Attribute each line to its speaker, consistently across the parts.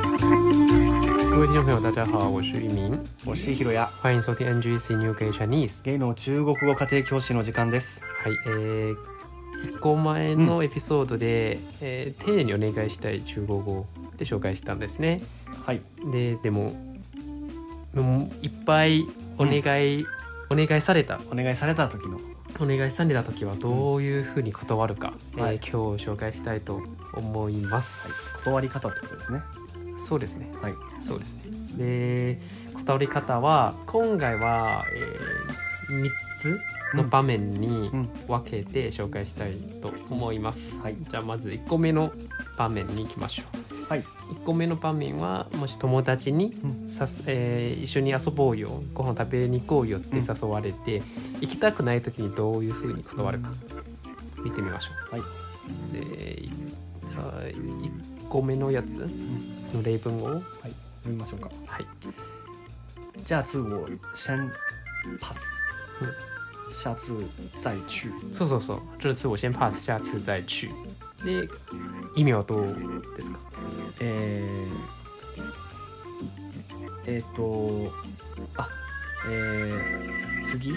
Speaker 1: 各位听众朋友，大家好，我是玉明，
Speaker 2: おしひろや
Speaker 1: 欢迎收听 NGC New Gay Chinese。
Speaker 2: ゲイの中国語家庭教師の時間です。
Speaker 1: はい、えー、1個前のエピソードで、えー丁寧にお願いしたい中国語で紹介したんですね。
Speaker 2: はい。
Speaker 1: で、でも、もういっぱいお願い、お願いされた、
Speaker 2: お願いされた時の。
Speaker 1: お願いされた時はどういうふうに断るか、えー
Speaker 2: はい
Speaker 1: 今日紹介したいと思います。
Speaker 2: 断り方ってことですね。
Speaker 1: そうですね。
Speaker 2: はい。
Speaker 1: そうですね。で断り方は今回は、え3つの場面に
Speaker 2: うん
Speaker 1: 分けて紹介したいと思います。
Speaker 2: はい
Speaker 1: じゃあまず1個目の場面に行きましょ
Speaker 2: はい。
Speaker 1: う。1個目の場面はもし友達に
Speaker 2: うん
Speaker 1: さす、えー一緒に遊ぼうよご飯食べに行こうよって誘われて、行きたくない時にどういうふうに断るか見てみましょう。
Speaker 2: はい。
Speaker 1: でじゃあ1個目のやつ
Speaker 2: うん
Speaker 1: の例文を、
Speaker 2: はい。見ましょうか。
Speaker 1: はい、
Speaker 2: 下次我先 pass。
Speaker 1: うん
Speaker 2: 下次再去。
Speaker 1: そうそうそう。这次我先 pass，下次再去。で、意味はどうですか？
Speaker 2: えー、えっ、ー、と、あ、えー、次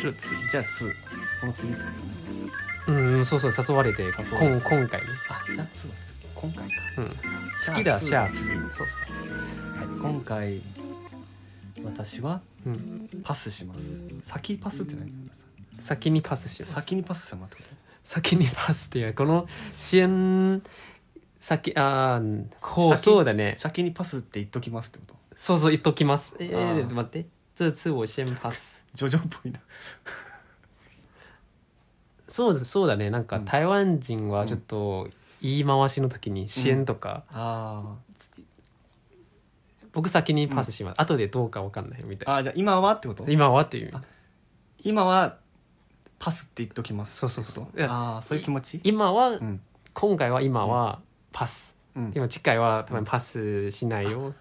Speaker 1: 这次。
Speaker 2: じゃあ次。この次。あ、
Speaker 1: うん、そうそう誘われて、こ
Speaker 2: 誘われ
Speaker 1: ん今回ね。
Speaker 2: じゃあ次は次。今回か。
Speaker 1: うん。好きだ下次。そうそ
Speaker 2: はい、今回私は
Speaker 1: う。うん。
Speaker 2: パスします先パスって何
Speaker 1: 先にパスします。
Speaker 2: 先にパスしたのってこ
Speaker 1: 先にパスっていうこの支援先あーこう
Speaker 2: 先
Speaker 1: そうだね
Speaker 2: と。先にパスって言っときますってこと
Speaker 1: そうそう言っときます。え
Speaker 2: あ
Speaker 1: ー、
Speaker 2: ー
Speaker 1: ちょっと待って。这次我先 pass。
Speaker 2: ジョジョっぽいな
Speaker 1: そうそうだね。なんか
Speaker 2: うん
Speaker 1: 台湾人はちょっと言い回しの時に支援とか。
Speaker 2: あ
Speaker 1: 僕先にパスします、後でどうかわかんないみたい
Speaker 2: あじゃあ今はってこと
Speaker 1: な今はっていう意味
Speaker 2: あ今はパスって言っときます
Speaker 1: そうそうそういや
Speaker 2: ああそういう気持ち
Speaker 1: 今は、
Speaker 2: うん
Speaker 1: 今回は今はパス、
Speaker 2: うん
Speaker 1: でも次回は多分パスしないよ、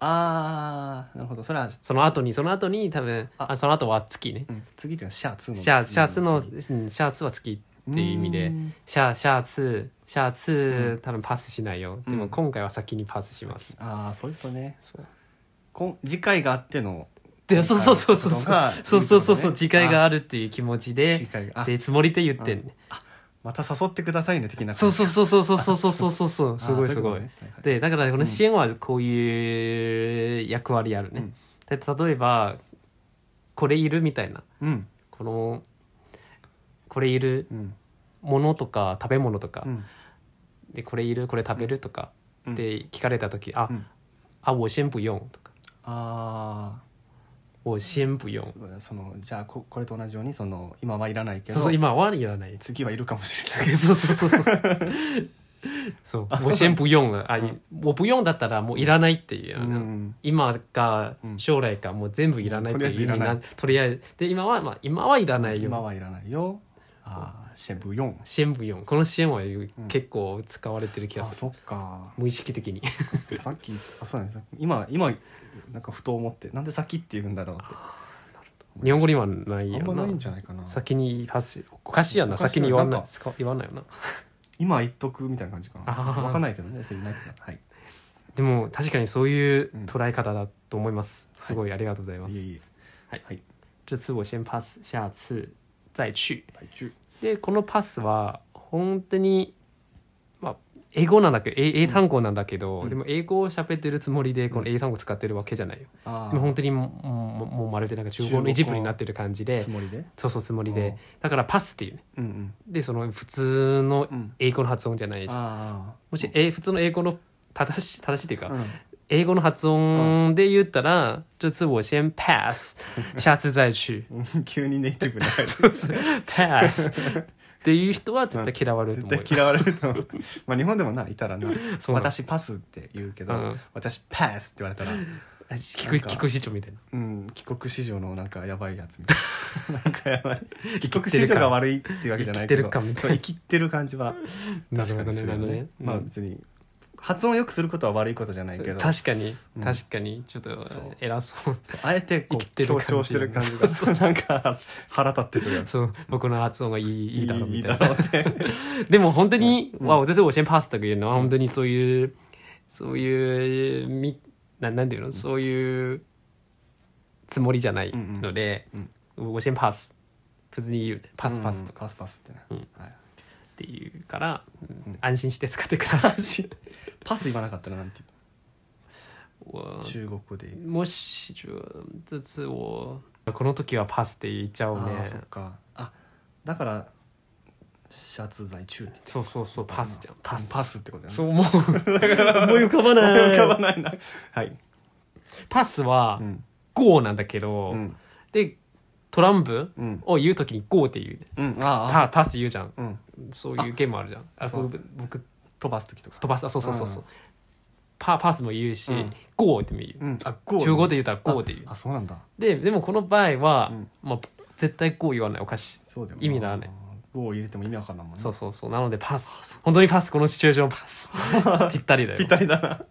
Speaker 2: ああなるほどそれは、
Speaker 1: その後にその後に多分あ
Speaker 2: あ
Speaker 1: その後は月ね、
Speaker 2: うん、次っていうのはシャーツの
Speaker 1: シャーシャーツの
Speaker 2: 次
Speaker 1: うんシャーツは月っていう意味で
Speaker 2: うん
Speaker 1: シャーシャーツシャー
Speaker 2: う
Speaker 1: ツ多分パスしないよ、
Speaker 2: うん
Speaker 1: でも今回は先にパスします、
Speaker 2: ああそういうことね
Speaker 1: そう
Speaker 2: こん次回があっての
Speaker 1: でそうそうそうそう
Speaker 2: 今
Speaker 1: そう
Speaker 2: 回は
Speaker 1: そうそうそう
Speaker 2: いいことね
Speaker 1: 次回があるっていう気持ちで
Speaker 2: 次回があ
Speaker 1: でつもりで言ってんね、
Speaker 2: また誘ってくださいね的な
Speaker 1: そうそううそうそうそうそうそうそうそうそうすごいすごい。でだからこの支援はこういう役割あるね。で例えばこれいるみたいな
Speaker 2: うん
Speaker 1: このこれいる
Speaker 2: うん
Speaker 1: ものとか食べ物とか、
Speaker 2: うん
Speaker 1: でこれいるこれ食べるとか、
Speaker 2: うん
Speaker 1: で聞かれた時「あ、
Speaker 2: うん
Speaker 1: あ我先不用」とか
Speaker 2: あ
Speaker 1: 「我先不用
Speaker 2: あそのじゃあここれと同じようにその今はいらない」けど
Speaker 1: そうそう今はいらない。
Speaker 2: 次はいるかもしれない
Speaker 1: そうそう そうそう。そう
Speaker 2: あ、そう
Speaker 1: 我先不用了。あ、
Speaker 2: う
Speaker 1: い
Speaker 2: ん
Speaker 1: 我不用だったらもういらないっていう、
Speaker 2: うん
Speaker 1: 今か
Speaker 2: うん
Speaker 1: 将来かもう全部いらないっていう意味な、
Speaker 2: うん
Speaker 1: とりあえずで今はまあ今はいらない
Speaker 2: 今
Speaker 1: よ。
Speaker 2: はいらないよああシェブヨン
Speaker 1: 支援不用。この支援は結構使われてる気
Speaker 2: あ
Speaker 1: がする。
Speaker 2: そっか
Speaker 1: 無意識的に。
Speaker 2: そうさっきあそうなんです今今なんかふと思ってなんで先って言うんだろうって
Speaker 1: 日本語にはない
Speaker 2: あん
Speaker 1: よ
Speaker 2: ま
Speaker 1: な
Speaker 2: ない。んじゃないかな
Speaker 1: 先にパスおかしいやんな
Speaker 2: おかし
Speaker 1: 先
Speaker 2: いよ
Speaker 1: に言わない
Speaker 2: なんか
Speaker 1: 使わ言わないよな
Speaker 2: 今言っとくみたいな感じかな
Speaker 1: あー
Speaker 2: わかんないけどねそれないけどはい
Speaker 1: でも確かにそういう
Speaker 2: うん
Speaker 1: 捉え方だと思います、すごいありがとうございます、
Speaker 2: いえいえ
Speaker 1: はい
Speaker 2: はい
Speaker 1: 这次我先 pass 下次再去
Speaker 2: 大中
Speaker 1: でこのパスは本当にまあ英語なんだけど英英単語なんだけど、
Speaker 2: うん
Speaker 1: でも英語を喋ってるつもりでこの英単語使ってるわけじゃないよ、
Speaker 2: あ
Speaker 1: でも本当にもうもうもうまるでなんか中国の一部になってる感じ
Speaker 2: あ
Speaker 1: で
Speaker 2: つもりで
Speaker 1: そうそうつもり
Speaker 2: う
Speaker 1: で
Speaker 2: ん
Speaker 1: だからパスっていうね
Speaker 2: うんうん
Speaker 1: でその普通の
Speaker 2: うん
Speaker 1: 英語の発音じゃないじゃん、
Speaker 2: あ
Speaker 1: もし、え普通の英語の正しい正しいっていうか、
Speaker 2: あうん
Speaker 1: 英語の発音で言ったら「这次我先 pass 下次再去」
Speaker 2: うん 急にネイティブな
Speaker 1: そうそう。パス。っていう人は絶対嫌われると
Speaker 2: 絶
Speaker 1: 思う
Speaker 2: 対
Speaker 1: よ。
Speaker 2: 嫌われると思う まあ日本でもないたらな
Speaker 1: そうなの
Speaker 2: 私パスって言うけど、
Speaker 1: うん
Speaker 2: 私パスって言われたら、
Speaker 1: 聞く、
Speaker 2: なんか
Speaker 1: 聞く市長みたいな。
Speaker 2: うん、帰国子女のなんかやばいやつみた いななんかやばい帰国子女が悪いっていうわけじゃないけ
Speaker 1: 生きて
Speaker 2: ど
Speaker 1: るかみたいな
Speaker 2: そう生きてる感じは確かにす
Speaker 1: なるほどねな
Speaker 2: るよね
Speaker 1: るほどね
Speaker 2: まあ
Speaker 1: うん
Speaker 2: 別に発音よくすることは悪いことじゃないけど
Speaker 1: 確かに、
Speaker 2: うん
Speaker 1: 確かにちょっと
Speaker 2: そう
Speaker 1: 偉そう
Speaker 2: そうあえてこ
Speaker 1: 生きて
Speaker 2: う
Speaker 1: る感じ
Speaker 2: 強調してる感じが
Speaker 1: そうそう
Speaker 2: なんか腹立ってくるや つ
Speaker 1: そう僕の発音がいいいいだろう
Speaker 2: い
Speaker 1: み
Speaker 2: い
Speaker 1: たい
Speaker 2: だ
Speaker 1: な
Speaker 2: ろうって
Speaker 1: でも本当に、
Speaker 2: うん
Speaker 1: まあ、私は我先 pass だけど、本当にそういう、そういう、み、ななんていうの、そういうつもりじゃない
Speaker 2: うんうん
Speaker 1: ので
Speaker 2: うん、
Speaker 1: 我先 pass。普通に言う、ね、パスパスと
Speaker 2: うん
Speaker 1: か
Speaker 2: パスパスってね、
Speaker 1: うん
Speaker 2: はい
Speaker 1: っていうから、うん
Speaker 2: うん
Speaker 1: 安心して使ってください。
Speaker 2: パス言わなかったらなんていう
Speaker 1: 我
Speaker 2: 中国語で言う
Speaker 1: もし、ちょ这次我、この時はパスって言っちゃおう
Speaker 2: あ
Speaker 1: ね
Speaker 2: あ。そっかあだからシャツ在中って
Speaker 1: そうそうそう、パスじゃん。パス。
Speaker 2: パスってことだよね
Speaker 1: そう思う。思い浮かば
Speaker 2: 浮かば
Speaker 1: ない。
Speaker 2: ないなはい、
Speaker 1: パスは
Speaker 2: う、ん
Speaker 1: ゴーなんだけど、
Speaker 2: うん
Speaker 1: でトランプ
Speaker 2: うん
Speaker 1: を言うときに「ゴー」って言う、
Speaker 2: うんああ
Speaker 1: パパス言うじゃん
Speaker 2: うん
Speaker 1: そういうゲームあるじゃんあ
Speaker 2: そう
Speaker 1: 僕僕
Speaker 2: 飛ばす時とか
Speaker 1: 飛ばすあそうそうそうそう、
Speaker 2: う
Speaker 1: パパスも言うし
Speaker 2: うん
Speaker 1: 「ゴー」っても言う、
Speaker 2: うんあゴー
Speaker 1: 中国で言ったらゴーって言う
Speaker 2: ああそうなんだ
Speaker 1: ででもこの場合は、
Speaker 2: うん
Speaker 1: まあ、絶対「ゴー」言わないおかしい、
Speaker 2: そうだよ
Speaker 1: 意味ならない
Speaker 2: ゴーを入れても意味わかんないもんね
Speaker 1: そうそうそうなのでパス本当にパスこのシチュエーションパス ぴったりだよ
Speaker 2: ぴったりだな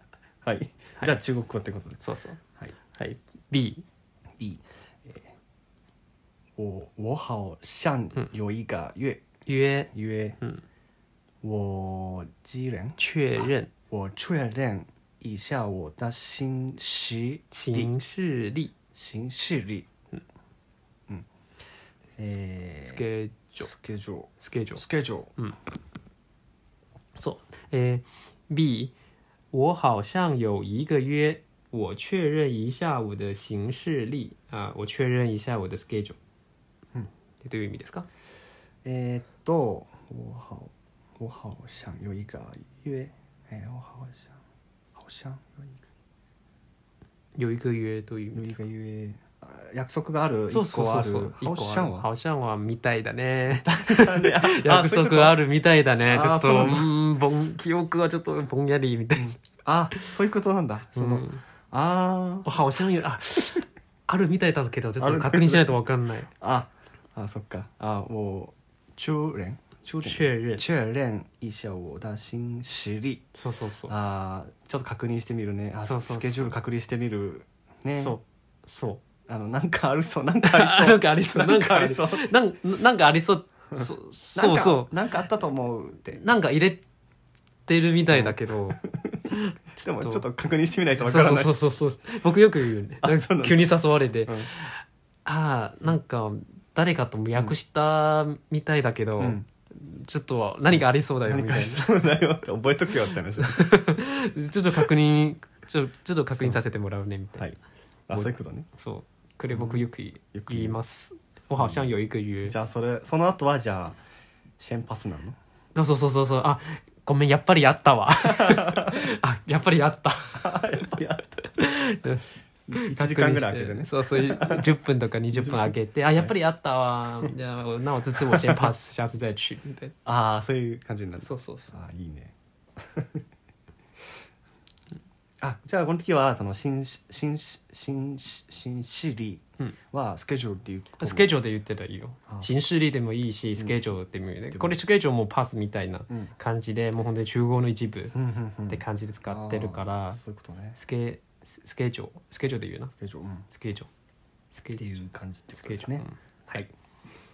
Speaker 2: はいじゃあ中国語ってことで
Speaker 1: そうそう
Speaker 2: はい
Speaker 1: はい B
Speaker 2: B 我我好像有一个月
Speaker 1: 约
Speaker 2: 约
Speaker 1: 嗯，
Speaker 2: 我既然
Speaker 1: 确认
Speaker 2: 我确认一下我的新实力
Speaker 1: 情绪力
Speaker 2: 新势力，嗯嗯，
Speaker 1: スケ
Speaker 2: 诶
Speaker 1: ジュール
Speaker 2: ，schedule
Speaker 1: スケジュール
Speaker 2: schedule，
Speaker 1: そう。えー B、我好像有一个约，我确认一下我的行事历啊，我确认一下我的 schedule。うん。どういう意味ですか？
Speaker 2: 诶，都我好我好想有一个约，哎，我好想好像有一个
Speaker 1: 有一个约どういう意
Speaker 2: 有
Speaker 1: 味
Speaker 2: 一
Speaker 1: ですか？
Speaker 2: 个约，呃約束がある，
Speaker 1: そうそうそうそう。
Speaker 2: 一個ある好像は
Speaker 1: 好像 はみたいだね。
Speaker 2: あ
Speaker 1: 約束あ
Speaker 2: る
Speaker 1: るみたいだね。ちょ
Speaker 2: あ
Speaker 1: っ
Speaker 2: そう
Speaker 1: とうん
Speaker 2: なだ
Speaker 1: ーんぼん記憶はちょっとぼんやりみたい な。
Speaker 2: あそういうことなんだその、
Speaker 1: うん
Speaker 2: あー
Speaker 1: 好像有ああるみたいだけどちょっ
Speaker 2: あ
Speaker 1: と
Speaker 2: る
Speaker 1: 確認しないとわかんない。
Speaker 2: ああそっかあ我确认确
Speaker 1: 确認。
Speaker 2: 确认一下我的新实力
Speaker 1: そうそうそう。
Speaker 2: あーちょっと確認してみるねあ
Speaker 1: そうそうそう
Speaker 2: スケジュール確認してみるね
Speaker 1: そうそう。
Speaker 2: あのなんかあるそうなんかあり
Speaker 1: な
Speaker 2: そ
Speaker 1: ん
Speaker 2: う
Speaker 1: かありそう。。
Speaker 2: なんかありそう
Speaker 1: なんなんかありそう。そそうそう
Speaker 2: なんかあったと思うって
Speaker 1: う。なんか入れてるみたいだけ ど。
Speaker 2: でもちょっと確認してみないとわ
Speaker 1: そ
Speaker 2: か
Speaker 1: う
Speaker 2: ら
Speaker 1: そう
Speaker 2: ない
Speaker 1: そうそうそう。僕よく言うね。
Speaker 2: あ
Speaker 1: なん
Speaker 2: そう
Speaker 1: か
Speaker 2: なんだ
Speaker 1: 急に誘われて。
Speaker 2: うん
Speaker 1: ああ、なんか誰かとも訳したみたいだけど、
Speaker 2: うん
Speaker 1: ちょっとは何かありそうだよみ
Speaker 2: 何
Speaker 1: た
Speaker 2: か
Speaker 1: い
Speaker 2: ありそうだよって覚えとくよって話は
Speaker 1: な。ちょっと確認、ちょちょっと確認させてもらうねみたいな。
Speaker 2: いあそういうことね
Speaker 1: そう。これ僕よく言
Speaker 2: よく言う
Speaker 1: 言います。我好像有一个约
Speaker 2: じ。ゃあそれその後はじゃあ先発なの
Speaker 1: そうそうそうそうそう。あ、ごめん、やっぱりやった わ。あ、やっぱりやった。
Speaker 2: やっぱりあった1時間ぐらい空けてね
Speaker 1: そうそう、10分とか20分開けて、あ、やっぱりやったわ。じゃあ、なお、这次我先 pass，下次再去。みたいな。
Speaker 2: ああそういう感じになる
Speaker 1: そうそうそう。
Speaker 2: あーいいね あじゃあこの時はその新し新し新し新シリ
Speaker 1: うん
Speaker 2: はスケジュールっていう
Speaker 1: スケ
Speaker 2: ジ
Speaker 1: ジュールで言ってたらいいよ
Speaker 2: あ。
Speaker 1: 新種類でもいいし、スケジュールでもいいね。これスケジュールもパスみたいな
Speaker 2: うん
Speaker 1: 感じで、もう本当に中合の一部っ
Speaker 2: ュール
Speaker 1: て感じで使ってるから、
Speaker 2: そういうことね
Speaker 1: スケ、スケジュール、スケジュールで言うな
Speaker 2: ス。ケジュール、うん、っ
Speaker 1: スケジュール。スケジ
Speaker 2: て
Speaker 1: ュー
Speaker 2: い
Speaker 1: ル。
Speaker 2: う感じって
Speaker 1: ス
Speaker 2: こと
Speaker 1: ケ
Speaker 2: で
Speaker 1: ジュ
Speaker 2: す
Speaker 1: ール。
Speaker 2: ね
Speaker 1: うんはい。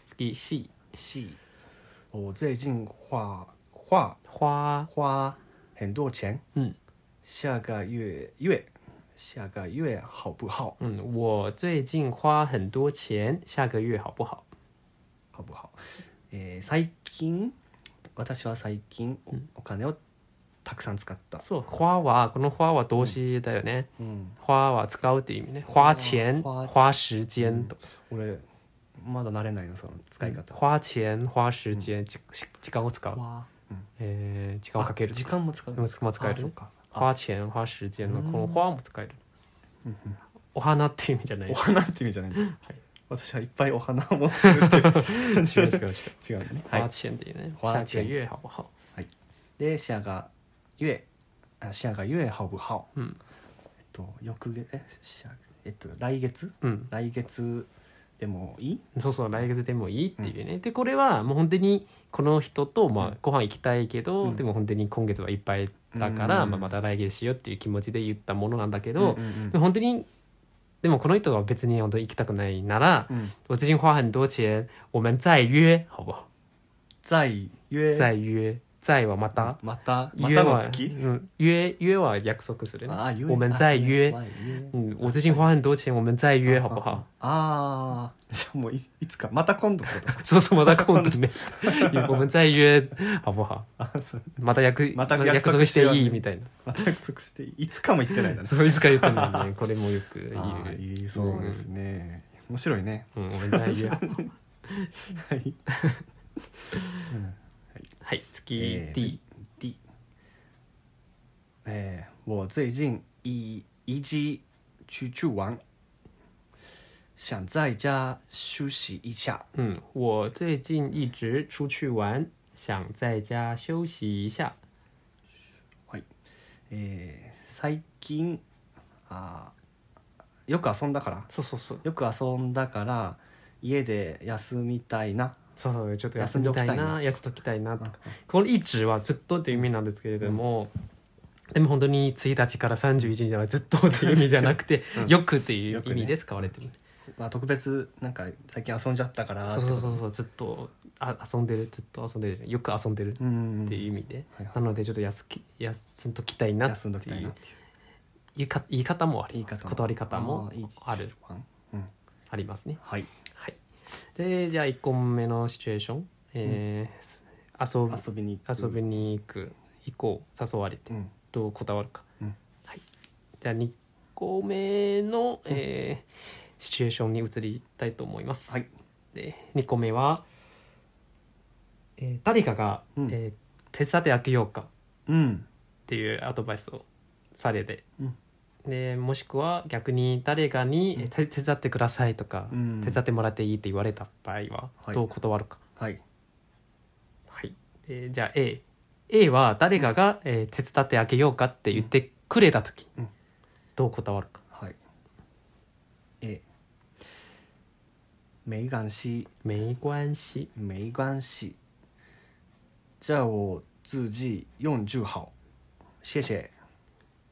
Speaker 1: 次 C。
Speaker 2: C 我最近花花
Speaker 1: 花。
Speaker 2: 花很多钱
Speaker 1: 嗯
Speaker 2: 下个月月下个月好不好
Speaker 1: 嗯，我最近花很多钱，下个月好不好？
Speaker 2: 好不好、えー、最近私は最近おお金をたくさん使った、
Speaker 1: そう花はこの花は動詞だよね。
Speaker 2: うん、
Speaker 1: 花は使うっていう意味ね。花钱、
Speaker 2: 嗯哦花嗯
Speaker 1: 花时間と。
Speaker 2: 俺まだ慣れないのその使い方、
Speaker 1: 花钱、花時
Speaker 2: 嗯
Speaker 1: 間、じし時間を使う。
Speaker 2: わ
Speaker 1: えー、時間
Speaker 2: 啊
Speaker 1: をかける。
Speaker 2: 時間も使う
Speaker 1: も使も使え
Speaker 2: あそ
Speaker 1: る。
Speaker 2: っか
Speaker 1: 花钱、花時間の
Speaker 2: 嗯
Speaker 1: この花も使える。お花っていう意味じゃない。
Speaker 2: お
Speaker 1: 違
Speaker 2: 花って意味じゃないんだ、私はいっぱいお花を持ってるっていう
Speaker 1: う違う違う。
Speaker 2: 違うんだね、は
Speaker 1: 花
Speaker 2: い、
Speaker 1: 钱っていうね。
Speaker 2: 花
Speaker 1: 下
Speaker 2: 钱
Speaker 1: 个月好不好？
Speaker 2: でシャがゆえあシャがゆえハブハオ
Speaker 1: うん
Speaker 2: えっと翌月えシャえっと来月
Speaker 1: うん。
Speaker 2: 来月でもいい
Speaker 1: そうそう来月でもいいっていうね、でこれはもう本当にこの人とまあご飯行きたいけど、
Speaker 2: うん
Speaker 1: でも本当に今月はいっぱいだから、
Speaker 2: うん
Speaker 1: まあ、また来月しようっていう気持ちで言ったものなんだけど
Speaker 2: う、んうん
Speaker 1: でも本当にでもこの人は別に本当に行きたくないなら、
Speaker 2: うん、うん、
Speaker 1: 我最近花很多钱我们再约好不好
Speaker 2: 再約
Speaker 1: 再约再はまた、
Speaker 2: またま
Speaker 1: 约
Speaker 2: たの
Speaker 1: は、
Speaker 2: 月
Speaker 1: うん、约约は約束するね
Speaker 2: あ約
Speaker 1: 我们再约
Speaker 2: あ約
Speaker 1: 嗯我最近花很多钱我们再约好不好
Speaker 2: ああ じゃあもういいつかまた今度ってこと
Speaker 1: そうそう、また今度ね。 我们再约、好不好
Speaker 2: あそう
Speaker 1: また約、
Speaker 2: また約束
Speaker 1: 約束して
Speaker 2: しよう
Speaker 1: いい
Speaker 2: ね
Speaker 1: みたいな。
Speaker 2: また約束していいいつかも言ってないだ ね
Speaker 1: そういつか言ったんだよ ね。これもよく
Speaker 2: ああ
Speaker 1: 言う。
Speaker 2: 言いそうですね、面白いね
Speaker 1: うん、我们再 约。
Speaker 2: はい
Speaker 1: はい、月
Speaker 2: えー
Speaker 1: D。
Speaker 2: D えー、我最近一一直去去玩想在家休息一下
Speaker 1: 嗯，我最近一直出去玩，想在家休息一下。
Speaker 2: えー、最近あーよく遊んだから
Speaker 1: そうそうそう。
Speaker 2: よく遊んだから家で休みたいな
Speaker 1: そうそう、ちょっと休みたい
Speaker 2: 休んでおきたい
Speaker 1: な、休んでおきたいなとか。この一直はずっとという意味なんですけれども、でも本当に1日から31日はずっとという意味じゃなくて、よくっていう意味で使われてる。
Speaker 2: まあ、特別なんか最近遊んじゃったから
Speaker 1: そうそうそうそうずっとあ遊んでるずっと遊んでるよく遊んでる
Speaker 2: う
Speaker 1: っ
Speaker 2: ん
Speaker 1: ていう意味で、
Speaker 2: はいはい
Speaker 1: なのでちょっと休き休んどきたいなって
Speaker 2: 休んどきた
Speaker 1: い
Speaker 2: いなっ
Speaker 1: う
Speaker 2: ていう
Speaker 1: 言いか言い方もあります
Speaker 2: 言い方も
Speaker 1: 断り方も
Speaker 2: あーいい
Speaker 1: ある
Speaker 2: うん
Speaker 1: ありますね
Speaker 2: はい
Speaker 1: はいでじゃあ1個目のシチュエーション、えーす遊び
Speaker 2: 遊びに
Speaker 1: 遊びに行く行こう誘われて
Speaker 2: うん
Speaker 1: どう断るか、
Speaker 2: うん
Speaker 1: はい、じゃあ2個目の、えーシチュエーションに移りたいと思います、
Speaker 2: はい
Speaker 1: で2個目は、えー誰かが、
Speaker 2: うん
Speaker 1: えー手伝ってあげようかっ
Speaker 2: うん
Speaker 1: ていうアドバイスをされて、
Speaker 2: うん
Speaker 1: でもしくは逆に誰かに、えー手手伝ってくださいとか、
Speaker 2: うん
Speaker 1: 手伝ってもらっていいって言われた場合は
Speaker 2: はい
Speaker 1: どう断るか、
Speaker 2: はい
Speaker 1: はいでじゃあ A A は誰かが、えー手伝ってあげようかって言ってくれた時、
Speaker 2: うん
Speaker 1: どう断るか
Speaker 2: はいえ没关系
Speaker 1: 没关系
Speaker 2: 没关系じゃあ我自己用就好谢谢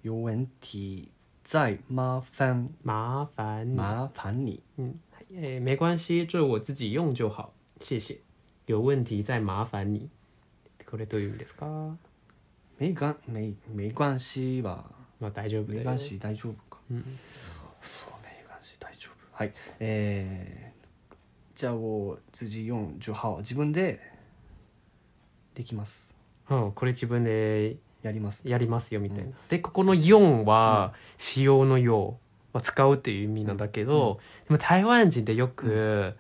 Speaker 2: 有问题再麻烦
Speaker 1: 麻烦你
Speaker 2: 麻烦你
Speaker 1: 嗯，诶，没关系，这我自己用就好，谢谢。有问题再麻烦你。これどういう意味ですか？
Speaker 2: 没关没没关系吧
Speaker 1: まあ大丈夫
Speaker 2: 没
Speaker 1: だよ
Speaker 2: 关。系大丈夫か
Speaker 1: うん
Speaker 2: そう没关系大丈夫はいえーじゃあ我自己用就好自分でできます
Speaker 1: うん、これ自分で
Speaker 2: やります
Speaker 1: やりますよみたいな。でここの用は使用の用、まあ、使うっていう意味なんだけど、でも台湾人でよく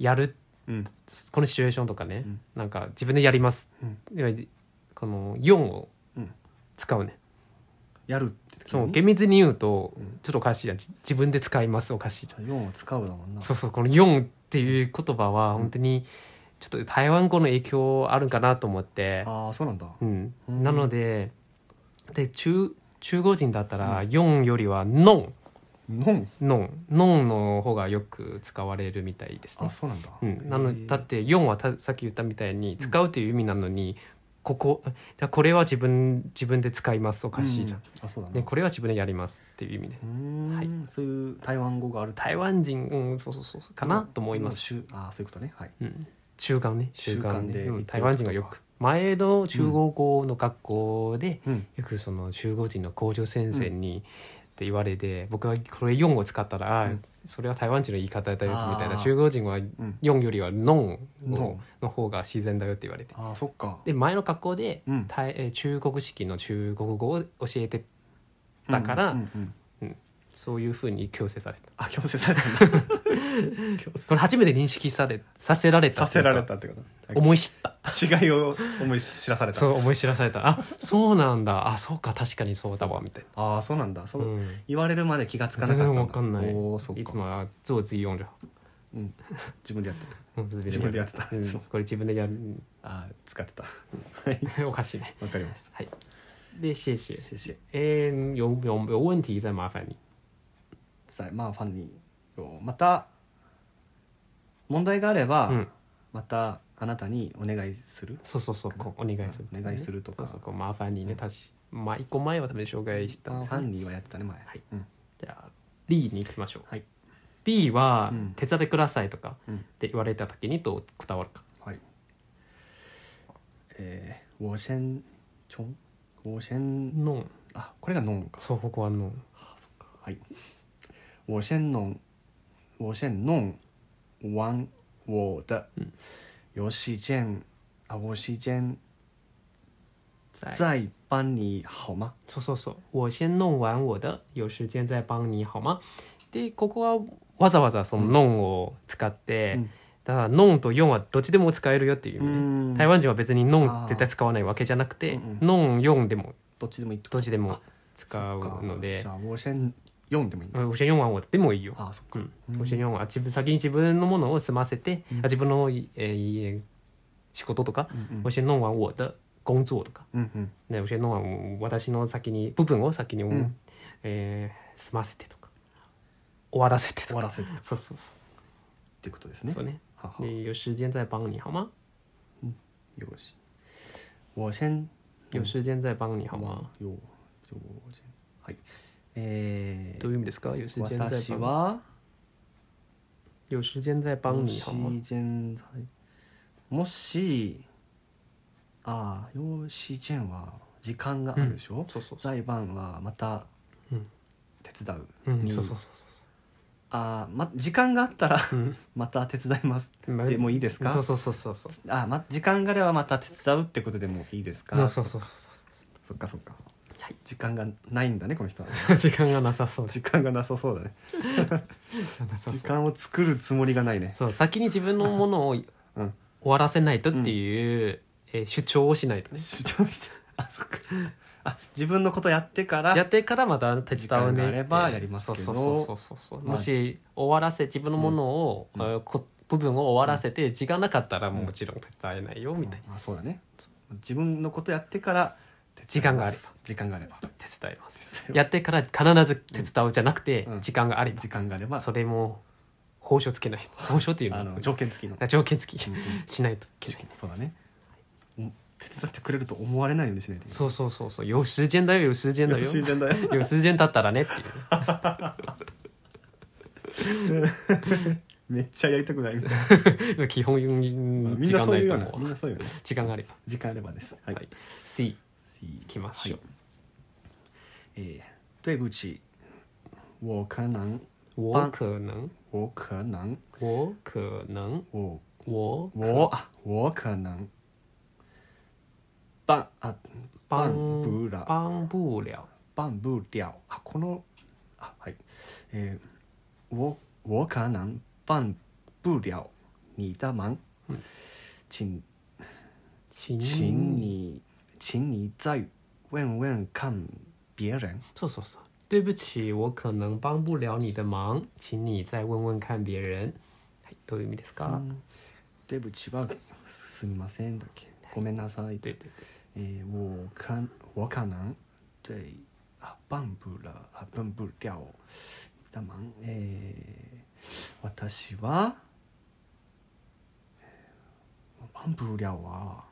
Speaker 1: やる、
Speaker 2: うん
Speaker 1: このシチュエーションとかね、
Speaker 2: うん
Speaker 1: なんか自分でやります。ではこの用を
Speaker 2: うん
Speaker 1: 使うね。
Speaker 2: やるって時
Speaker 1: そう
Speaker 2: に
Speaker 1: 厳密に言うとちょっとおかしいじゃんじ自分で使いますおかしいじゃん
Speaker 2: じゃあ4を使うだもんな
Speaker 1: そうそうこの「4」っていう言葉は本当にちょっと台湾語の影響あるんかなと思って、
Speaker 2: ああそうなんだ
Speaker 1: うん
Speaker 2: うん
Speaker 1: なのでで中中国人だったら「4」よりは「ノン
Speaker 2: ノン」
Speaker 1: 「ノン」「ノン」の方がよく使われるみたいですね
Speaker 2: あ。そうなんだ、
Speaker 1: うん、なの
Speaker 2: へー
Speaker 1: だって「4」はたさっき言ったみたいに使うという意味なのに、ここじゃあこれは自分自分で使いますおかしいじゃん、
Speaker 2: うあそうだ
Speaker 1: で
Speaker 2: ね
Speaker 1: これは自分でやりますっていう意味で
Speaker 2: うーん、
Speaker 1: は
Speaker 2: そういう台湾語がある
Speaker 1: 台湾人、うん、そうそうそうかなと思います
Speaker 2: すああそういうことねはい
Speaker 1: うん習慣ね習慣
Speaker 2: 習慣で
Speaker 1: で、うん
Speaker 2: 言ってる
Speaker 1: 台湾人がよく前の中国語の学校で、
Speaker 2: うん
Speaker 1: よくその中国人の校長先生に、って言われて僕はこれ「4」を使ったら、あーそれは台湾人の言い方だよみたいな
Speaker 2: あー
Speaker 1: 中国人は「4」よりは「ノン
Speaker 2: ノ
Speaker 1: を
Speaker 2: ン」
Speaker 1: の方が自然だよって言われて
Speaker 2: ああそっか
Speaker 1: で前の学校で、
Speaker 2: うん
Speaker 1: 台えー中国式の中国語を教えてだから、
Speaker 2: うんうんうん
Speaker 1: そういうふうに強制された
Speaker 2: あ強 制されたんだ強制
Speaker 1: これ初めて認識されさせられた
Speaker 2: させられたってこと
Speaker 1: 思い知った
Speaker 2: 違いを思い知らされた
Speaker 1: そう思い知らされたあそうなんだあそうか確かにそうだわみたい
Speaker 2: ああそうなんだそう、
Speaker 1: な、うん、
Speaker 2: 言われるまで気がつかなか
Speaker 1: 全
Speaker 2: った
Speaker 1: 然
Speaker 2: んだ
Speaker 1: わかんない
Speaker 2: おーそっか
Speaker 1: いつもは「做自用じゃ
Speaker 2: うん、自分で やってた
Speaker 1: 自
Speaker 2: 自分でやってた
Speaker 1: うんこれ自分でやる
Speaker 2: ああ使ってたはい
Speaker 1: おかしいね
Speaker 2: わかりました
Speaker 1: はいで谢谢
Speaker 2: 谢谢
Speaker 1: えー、有有有问题再麻烦你
Speaker 2: 在麻烦你有また問題があれば、
Speaker 1: うん
Speaker 2: またあなたにお願いする
Speaker 1: そうそうそうこうお願いする
Speaker 2: お願いすると
Speaker 1: そ
Speaker 2: か、
Speaker 1: うそうこう麻煩にね確かまあ一個前は多分紹介したんです
Speaker 2: サ
Speaker 1: ね
Speaker 2: ンリーはやってたね前、
Speaker 1: い
Speaker 2: うん、
Speaker 1: じゃあ B に行きましょう、
Speaker 2: はい
Speaker 1: B は
Speaker 2: うん
Speaker 1: 「手伝ってください」とか
Speaker 2: うん
Speaker 1: って言われた時にどう伝わるか
Speaker 2: はいえー、我先冲我先
Speaker 1: ノン
Speaker 2: あこれがノンか
Speaker 1: そうここはノン
Speaker 2: はい我先弄我先弄完我的游戏间啊我时间再帮你好吗
Speaker 1: そうそうそう我先弄完我的有时间再帮你好吗でここはわざわざその「ノン」を使って、
Speaker 2: うん
Speaker 1: だから「ノン」と「ヨン」はどっちでも使えるよっていう意味ね
Speaker 2: ん
Speaker 1: 台湾人は別に「ノ
Speaker 2: あ
Speaker 1: ン」
Speaker 2: ー
Speaker 1: 絶対使わないわけじゃなくて
Speaker 2: うんう
Speaker 1: 「
Speaker 2: ん
Speaker 1: ノン」「ヨン」でも
Speaker 2: どっちでもいいと
Speaker 1: どっちでも使うので
Speaker 2: じゃあ我先読んでもいいんだ
Speaker 1: うん「我先用完我的」でもいいよ
Speaker 2: あそっ
Speaker 1: う
Speaker 2: か
Speaker 1: ん、おしは自分先に自分のものを済ませて、あ自分の、えーいえ仕事とか、
Speaker 2: うん
Speaker 1: 我先弄完我的工作とか、
Speaker 2: うんうん
Speaker 1: ね、我先弄完私の先に部分を先に、
Speaker 2: ん
Speaker 1: えー済ませてとか終わらせてと
Speaker 2: 終わ
Speaker 1: から
Speaker 2: せてっ
Speaker 1: そうそうそ
Speaker 2: てことです
Speaker 1: う、
Speaker 2: ね
Speaker 1: そうね
Speaker 2: はは
Speaker 1: で有时间再帮你好吗？
Speaker 2: よし我先
Speaker 1: 有时间再帮你好
Speaker 2: ま
Speaker 1: 吗？
Speaker 2: あ、よ、よ、はい。え
Speaker 1: ど
Speaker 2: ー、
Speaker 1: ういう意味ですか？有时间
Speaker 2: 私
Speaker 1: 再帮
Speaker 2: は、
Speaker 1: 有时间再帮你好
Speaker 2: も
Speaker 1: 吗？
Speaker 2: し全はいもし、ああ、よしじんは時間があるでしょ、
Speaker 1: そうそうそう。
Speaker 2: 裁判はまた
Speaker 1: うん
Speaker 2: 手伝う。
Speaker 1: うん、そうそうそうそ
Speaker 2: ああ、ま、時間があったら
Speaker 1: う。うん
Speaker 2: また手伝います。
Speaker 1: ま
Speaker 2: でもいいですか
Speaker 1: そうそうそうそうそう。
Speaker 2: ああ、ま、時間があればまた手伝うってことでもいいですか、
Speaker 1: うんそうそうそうそうそう。
Speaker 2: そっかそっか。
Speaker 1: はい
Speaker 2: 時間がないんだね、この人は。
Speaker 1: 時間がなさそう
Speaker 2: 時間がなさそうだね。
Speaker 1: なさ
Speaker 2: 時
Speaker 1: そう
Speaker 2: 間を作るつもりがないね。
Speaker 1: そう先に自分のものを終
Speaker 2: うん。
Speaker 1: わらせないとっていう、えー主張をしないとね
Speaker 2: 主張してあそっかあ自分のことやってから
Speaker 1: やってからまた手
Speaker 2: 時
Speaker 1: 伝う
Speaker 2: 間
Speaker 1: ね
Speaker 2: があれば
Speaker 1: って
Speaker 2: やりますけど
Speaker 1: そうそうそうそうそう、
Speaker 2: まあ
Speaker 1: もし終わらせ自分のものを、
Speaker 2: うん
Speaker 1: えーこ部分を終わらせて時間なかったらもちろん手伝えないよみたいな、
Speaker 2: あそうだね自分のことやってから
Speaker 1: 時間があれば
Speaker 2: 時間があれば
Speaker 1: 手伝います
Speaker 2: 手伝います
Speaker 1: やってから必ず手伝うじゃなくて、
Speaker 2: うん
Speaker 1: 時間があれば、
Speaker 2: 時間があれば
Speaker 1: それも報酬つけない報酬っていうの
Speaker 2: あ
Speaker 1: は
Speaker 2: の条件付きの、
Speaker 1: 条件付き、
Speaker 2: うんうん
Speaker 1: しないと
Speaker 2: そうだねうん手伝ってくれると思われないようにしないといけない
Speaker 1: そうそうそうそう有時間だよ有時間だよ
Speaker 2: よしじゃない
Speaker 1: 有時間経ったらねっていう
Speaker 2: めっちゃやりた くないみたいな、
Speaker 1: 基本
Speaker 2: み
Speaker 1: 時
Speaker 2: んな
Speaker 1: 間
Speaker 2: そう
Speaker 1: ない
Speaker 2: いう
Speaker 1: と
Speaker 2: ようなみ
Speaker 1: 思
Speaker 2: ん
Speaker 1: う
Speaker 2: なそういうような
Speaker 1: 時間があれば
Speaker 2: 時間あればですは、
Speaker 1: はいい C い
Speaker 2: い
Speaker 1: きましょう
Speaker 2: えー、对不起我可能
Speaker 1: 我可能
Speaker 2: 我可能
Speaker 1: 我可能
Speaker 2: 我
Speaker 1: 我
Speaker 2: 我啊，我可能办啊
Speaker 1: 帮
Speaker 2: 帮不了
Speaker 1: 帮不了
Speaker 2: 办不了啊，このあはい、えー、我我可能办不了你的忙，请
Speaker 1: 请
Speaker 2: 请你请你再问问看别人。
Speaker 1: そうそうそう对不起我可能帮不了你的忙请你再问问看别人はいどういう意味ですか
Speaker 2: 对不起はすみませんだっけ。ごめんなさい。
Speaker 1: 对对
Speaker 2: えー、我可我可能对啊办不了啊办不了的忙えー、私は办不了は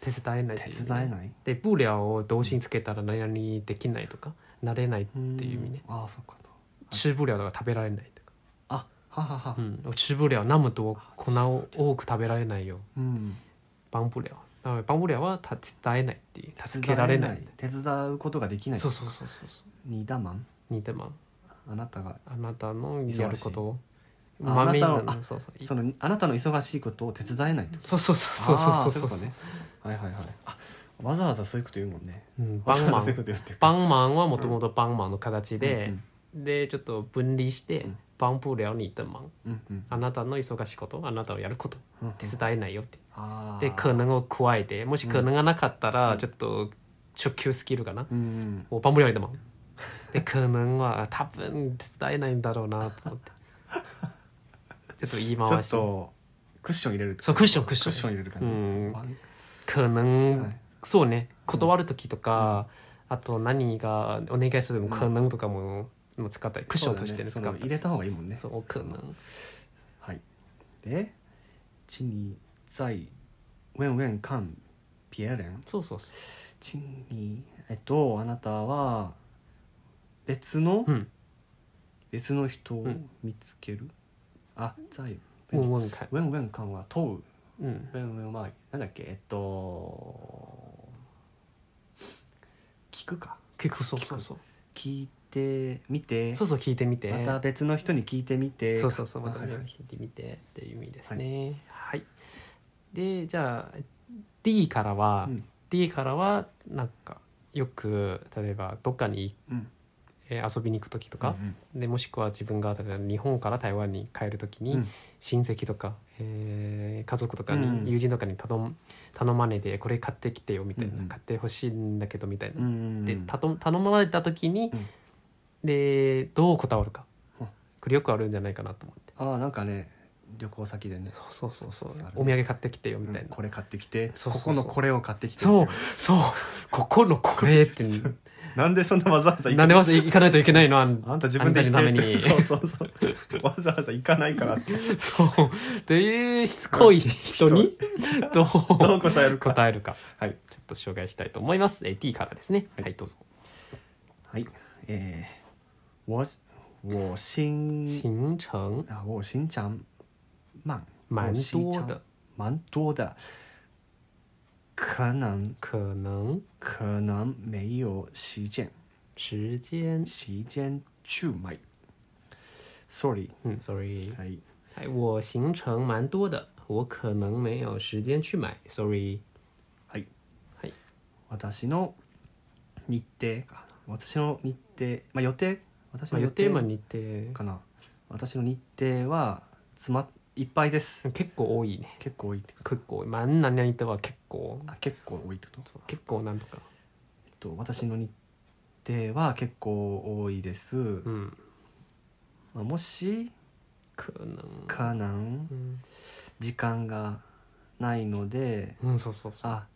Speaker 1: 手伝えないって
Speaker 2: 手
Speaker 1: いう
Speaker 2: 伝えない
Speaker 1: で不了を動詞につけたら何々できないとかなれないっていう意味ね
Speaker 2: ああそっかと
Speaker 1: 吃不了だから食べられないとか
Speaker 2: あははは
Speaker 1: うん、吃不了那么多粉を多く食べられないよ
Speaker 2: うん
Speaker 1: 帮不了だから帮不了はた手伝えないっていう助けられない
Speaker 2: 手伝うことができない
Speaker 1: そうそうそうそうそう
Speaker 2: 你的忙
Speaker 1: 似てまん
Speaker 2: あなたが
Speaker 1: あなたのやることを
Speaker 2: い
Speaker 1: まめに
Speaker 2: ああなたの
Speaker 1: なそうそう
Speaker 2: そのあなたの忙しいことを手伝えないと
Speaker 1: そうそうそうそうそうそう
Speaker 2: あーいことねはいはいはいあわざわざそういうこと言うもんね
Speaker 1: うん
Speaker 2: わ
Speaker 1: バ
Speaker 2: ざ
Speaker 1: ン
Speaker 2: わ
Speaker 1: マ
Speaker 2: ざそうい
Speaker 1: ン
Speaker 2: うこと言ってくる
Speaker 1: バンマンはもともとバンマンの形で
Speaker 2: うん、
Speaker 1: でちょっと分離して
Speaker 2: うん
Speaker 1: 帮不了你的忙
Speaker 2: うんうん
Speaker 1: あなたの忙しいことあなたをやること
Speaker 2: うんうん
Speaker 1: 手伝えないよって
Speaker 2: あー
Speaker 1: で可能を加えてもし可能がなかったらちょっと初級スキルかな
Speaker 2: うん
Speaker 1: 我帮不了你的忙。で、可能は多分手伝えないんだろうなと思って。ちょっと言い
Speaker 2: ちょ
Speaker 1: 回
Speaker 2: っ
Speaker 1: し。
Speaker 2: とクッション入れる
Speaker 1: そうクッションクッション
Speaker 2: 入れる感じ
Speaker 1: 可
Speaker 2: は
Speaker 1: 能
Speaker 2: い、
Speaker 1: そうね、断る時とか、あと何がお願いするのも可能とかももう使ったり、クッションとしてね
Speaker 2: そ
Speaker 1: 使
Speaker 2: う
Speaker 1: っ
Speaker 2: だ
Speaker 1: た
Speaker 2: ね
Speaker 1: り。
Speaker 2: その入れた方がいいもんね
Speaker 1: そう、可能。
Speaker 2: はいで、请你再问问看别人。
Speaker 1: そうそうそう。
Speaker 2: 请你えっとあなたは別の、
Speaker 1: うん
Speaker 2: 別の人を
Speaker 1: うん
Speaker 2: 見つける。あ、再
Speaker 1: 问问看。
Speaker 2: 问问看は問う。
Speaker 1: うん。
Speaker 2: うんうんまあなんだっけえっと聞くか
Speaker 1: 結構そうそうそう。
Speaker 2: 聞いてみて
Speaker 1: そうそう聞いてみて。
Speaker 2: また別の人に聞いてみて
Speaker 1: そうそうそうま
Speaker 2: ま
Speaker 1: た
Speaker 2: た
Speaker 1: ね
Speaker 2: はい
Speaker 1: 聞いてみてっていう意味ですね。はい。でじゃあ D からは、
Speaker 2: うん
Speaker 1: D からはなんかよく例えばどっかに、
Speaker 2: うん
Speaker 1: えー遊びに行く時とか、
Speaker 2: うん
Speaker 1: でもしくは自分が例えば日本から台湾に帰る時に、
Speaker 2: うん
Speaker 1: 親戚とか、えー家族とかに、
Speaker 2: うん
Speaker 1: 友人とかに頼む頼まねでこれ買ってきてよみたいな、
Speaker 2: うんうん
Speaker 1: 買ってほしいんだけどみたいな
Speaker 2: う、ん
Speaker 1: でたと頼まれた時に、
Speaker 2: うん
Speaker 1: でどう断るか
Speaker 2: うん
Speaker 1: これよくあるんじゃないかなと思って
Speaker 2: ああなんかね旅行先でね
Speaker 1: そうそうそう
Speaker 2: そう
Speaker 1: そ
Speaker 2: そうう
Speaker 1: お土産買ってきてよみたい
Speaker 2: うん
Speaker 1: な、
Speaker 2: これ買ってきて
Speaker 1: そうそうそう
Speaker 2: ここのこれを買ってきて
Speaker 1: そうそうここのこれって
Speaker 2: なん でそんなわざわざ行か
Speaker 1: なんでまず行かないといけないのあん
Speaker 2: あんた自分で行
Speaker 1: あ
Speaker 2: け
Speaker 1: んたのために
Speaker 2: そうそうそうわざわざ行かないからって
Speaker 1: そうというしつこい人 にど
Speaker 2: どう
Speaker 1: う
Speaker 2: 答えるか
Speaker 1: 答えるか
Speaker 2: はい
Speaker 1: ちょっと紹介したいと思いますえ T からですねはい、どうぞ
Speaker 2: はいえー、我我心
Speaker 1: 行程
Speaker 2: 啊，我心肠慢，
Speaker 1: 蛮
Speaker 2: 我心
Speaker 1: 多
Speaker 2: 肠
Speaker 1: 的，
Speaker 2: 蛮多的，可能
Speaker 1: 可能
Speaker 2: 可能没有时间，
Speaker 1: 时间
Speaker 2: 时间去买。Sorry，
Speaker 1: 嗯，sorry，
Speaker 2: 哎，
Speaker 1: 哎，我行程蛮多的，我可能没有时间去买，sorry。
Speaker 2: はい
Speaker 1: はい。
Speaker 2: 私の日程かな、私の日程、まあ予定、私
Speaker 1: まあ
Speaker 2: の予
Speaker 1: 予定も
Speaker 2: 定
Speaker 1: 似て、
Speaker 2: かな、私の日程は詰まっいっぱいです。
Speaker 1: 結構多いね。
Speaker 2: 結構多いってこ
Speaker 1: 結構多い、まあ何々とは結構
Speaker 2: と、、あ結構多いってこと。
Speaker 1: そう結構なんとか、
Speaker 2: えっと私の日程は結構多いです。
Speaker 1: うん、
Speaker 2: まあ、もし
Speaker 1: 可能、
Speaker 2: 可能
Speaker 1: うん、
Speaker 2: 時間がないので
Speaker 1: うん、そうそうそう。
Speaker 2: あ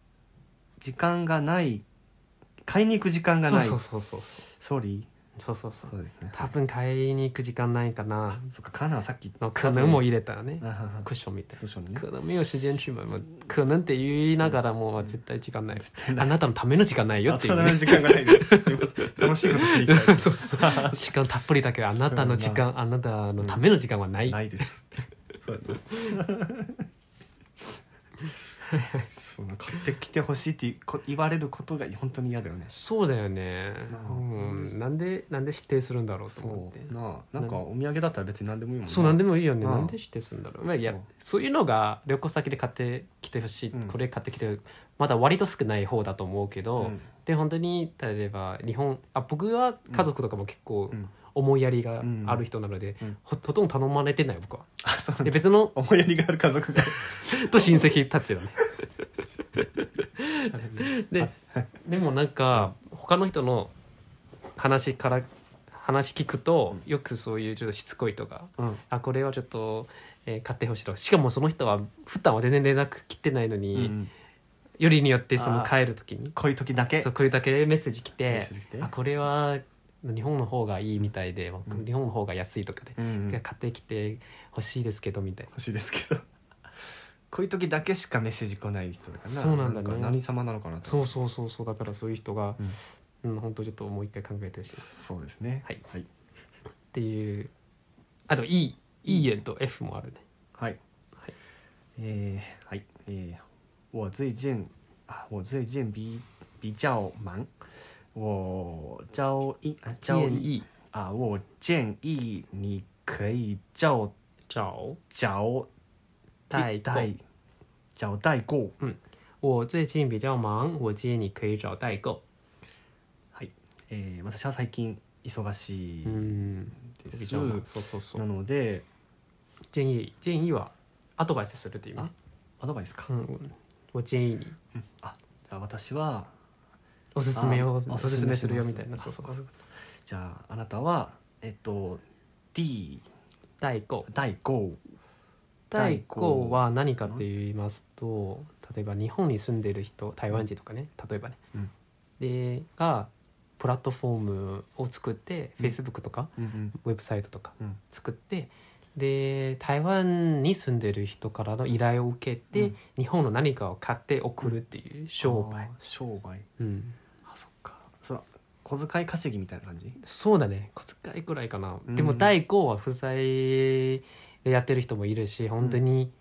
Speaker 2: 時間がない買いに行く時間がない
Speaker 1: そうそうそうそう、
Speaker 2: sorry
Speaker 1: そうそうそう。
Speaker 2: そうですね
Speaker 1: 多分買いに行く時間ないかな。
Speaker 2: そっか可能はさっき
Speaker 1: の可能も入れたらね
Speaker 2: あ、はは
Speaker 1: クッションみたい
Speaker 2: クッションね
Speaker 1: な。可能没有时间去买，まあ可能って言いながらもまあ絶対時間ない。あなたのための時間ないよっていうね。
Speaker 2: 頭の時間がないですすいません楽しいことしに行きた い
Speaker 1: そうそう時間たっぷりだけどあなたの時間あなたのための時間はない、
Speaker 2: ないですそうだねその買ってきてほしいっていうこ言われることが本当に嫌だよね
Speaker 1: そうだよね
Speaker 2: なあ
Speaker 1: うんなんでなんで指定するんだろうと思って
Speaker 2: そうなあなんかお土産だったら別に何でもいいもん
Speaker 1: そうなんでもいいよね
Speaker 2: うん
Speaker 1: なんで指定するんだろう、まあ、いや
Speaker 2: そう
Speaker 1: そういうのが旅行先で買ってきてほしい、
Speaker 2: うん
Speaker 1: これ買ってきてまだ割と少ない方だと思うけど、
Speaker 2: うん
Speaker 1: で本当に例えば日本あ僕は家族とかも結構
Speaker 2: うん
Speaker 1: 思いやりがある人なので、
Speaker 2: うん
Speaker 1: ほとんど頼まれてない僕 は
Speaker 2: あそうな ん
Speaker 1: で
Speaker 2: だ
Speaker 1: 別の
Speaker 2: 思いやりがある家族が
Speaker 1: と親戚た ちだね。ででもなんか他の人の話から話聞くとよくそういうちょっとしつこいとか
Speaker 2: うん
Speaker 1: あこれはちょっと、えー買ってほしいとかしかもその人は普段は全然連絡来てないのに、
Speaker 2: うん
Speaker 1: よりによってその
Speaker 2: あ
Speaker 1: 帰る時に
Speaker 2: こういう時だけ
Speaker 1: そうこれだけメッセージ来
Speaker 2: メッ
Speaker 1: て
Speaker 2: セージ来て
Speaker 1: あこれは日本の方がいいみたいで、
Speaker 2: ん
Speaker 1: 日本の方が安いとかで、
Speaker 2: うんうん
Speaker 1: 買ってきてほしいですけどみたいな。
Speaker 2: 欲しいですけど こういう時だけしかメッセージ来ない人だから
Speaker 1: そうなんだね
Speaker 2: か何様なのかなと
Speaker 1: そうそうそうそうだからそういう人が、うん本当ちょっともう一回考えてほしいっ
Speaker 2: そうですね
Speaker 1: はい
Speaker 2: はい、
Speaker 1: ていうあと E, e えと F もあるね
Speaker 2: はい
Speaker 1: はい
Speaker 2: えー、はいえー、我最近あ我最近比比较忙我招一あ招
Speaker 1: 建
Speaker 2: 一
Speaker 1: 议
Speaker 2: 啊我建议你可以叫
Speaker 1: 找
Speaker 2: 找
Speaker 1: 代购
Speaker 2: 找代购
Speaker 1: 我最近比较忙我建议你可以找代购
Speaker 2: はい、えー、私は最近忙しい
Speaker 1: うん
Speaker 2: です
Speaker 1: 比较忙そうそうそ
Speaker 2: な
Speaker 1: う
Speaker 2: ので
Speaker 1: 建議建議はアドバイスするという意味ね
Speaker 2: アドバイスか、
Speaker 1: うん我建議に
Speaker 2: あじゃあ私は
Speaker 1: おすすめを
Speaker 2: あ
Speaker 1: おすすめするよ
Speaker 2: おす
Speaker 1: み
Speaker 2: す
Speaker 1: た
Speaker 2: め
Speaker 1: い
Speaker 2: し
Speaker 1: な
Speaker 2: ます
Speaker 1: そうそう
Speaker 2: あそういうことじゃああなたはえっと D
Speaker 1: 代購
Speaker 2: 代購
Speaker 1: 代購は何かって言いますと例えば日本に住んでる人台湾人とかね例えばね、
Speaker 2: うん
Speaker 1: でがプラットフォームを作って、
Speaker 2: うん
Speaker 1: Facebook とか
Speaker 2: うん
Speaker 1: ウェブサイトとか
Speaker 2: うん
Speaker 1: 作ってで台湾に住んでる人からの依頼を受けて、日本の何かを買って送るっていう商売、
Speaker 2: あー商売
Speaker 1: うん、
Speaker 2: あそっかそう小遣い稼ぎみたいな感じ
Speaker 1: そうだね小遣いくらいかな、
Speaker 2: うん
Speaker 1: でも第5は不在でやってる人もいるし本当に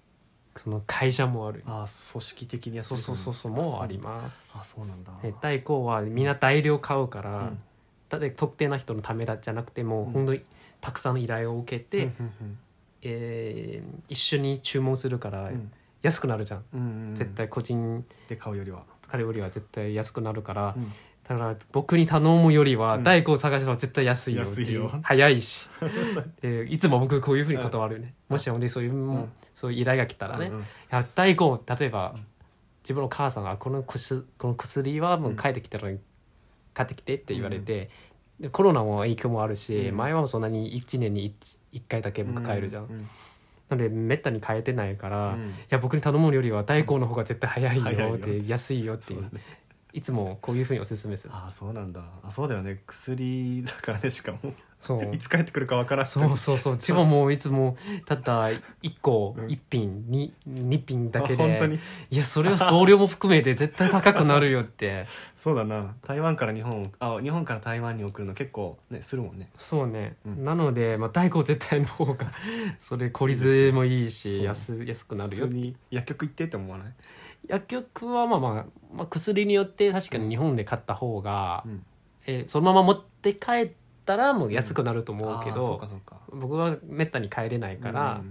Speaker 1: その会社もある、
Speaker 2: あー組織的にやっ
Speaker 1: そ
Speaker 2: て
Speaker 1: う
Speaker 2: る
Speaker 1: そうそうそうもうあり
Speaker 2: す
Speaker 1: ま
Speaker 2: あ
Speaker 1: す
Speaker 2: そうなんだ
Speaker 1: え第5はみんな大量買うから、
Speaker 2: うん
Speaker 1: だって特定な人のためだじゃなくてもう
Speaker 2: うん
Speaker 1: 本当にたくさんの依頼を受けて、
Speaker 2: うんうん
Speaker 1: えー一緒に注文するから
Speaker 2: うんうん
Speaker 1: 安くなるじゃん、
Speaker 2: うんうん
Speaker 1: 絶対個人
Speaker 2: で買うよりは
Speaker 1: カレーよりは絶対安くなるから、
Speaker 2: うん
Speaker 1: だから僕に頼むよりは
Speaker 2: うん
Speaker 1: 大工を探した方が絶対安いよって
Speaker 2: 安い
Speaker 1: いう
Speaker 2: よ
Speaker 1: 早い しでいつも僕こういうふうに断るよね、
Speaker 2: うん
Speaker 1: もし本当にそういう、
Speaker 2: ん
Speaker 1: そういう依頼が来たらね、
Speaker 2: うん
Speaker 1: い
Speaker 2: うん
Speaker 1: や大工例えば、
Speaker 2: うん
Speaker 1: 自分の母さんがこの薬この薬はもう帰ってきたら買ってきてって言われて、でコロナも影響もあるし、
Speaker 2: うん
Speaker 1: 前はそんなに1年に 1, 回だけ僕帰るじゃん、
Speaker 2: うん
Speaker 1: なのでめったに変えてないから、
Speaker 2: う
Speaker 1: い
Speaker 2: ん
Speaker 1: や僕に頼むよりは大工の方が絶対早いよ
Speaker 2: 早いよ
Speaker 1: って安いよっていう
Speaker 2: そうだね
Speaker 1: いつもこういうふうにおすすめする
Speaker 2: あーそうなんだあそうだよね薬だからねしかも
Speaker 1: そう
Speaker 2: いつ帰ってくるかわからん
Speaker 1: そうそうそうちももういつもたった1個
Speaker 2: うん
Speaker 1: 1品 2, 2品だけ
Speaker 2: あ本当
Speaker 1: で
Speaker 2: に
Speaker 1: いやそれは送料も含めて絶対高くなるよって
Speaker 2: そうだな台湾から日本あ日本から台湾に送るの結構ねするもんね
Speaker 1: そうね、
Speaker 2: うん
Speaker 1: なので、まあ、大工絶対の方がそれ効率もいい
Speaker 2: い
Speaker 1: し
Speaker 2: いです
Speaker 1: 安安くな
Speaker 2: 普
Speaker 1: る
Speaker 2: 通
Speaker 1: よ
Speaker 2: に薬局行ってって思わない
Speaker 1: 薬局はまあ、まあ、まあ薬によって確かに日本で買った方が、
Speaker 2: うん
Speaker 1: えーそのまま持って帰ったらもう安くなると思うけ
Speaker 2: あーそ
Speaker 1: ど
Speaker 2: うか、そうか
Speaker 1: 僕はめったに帰れないから、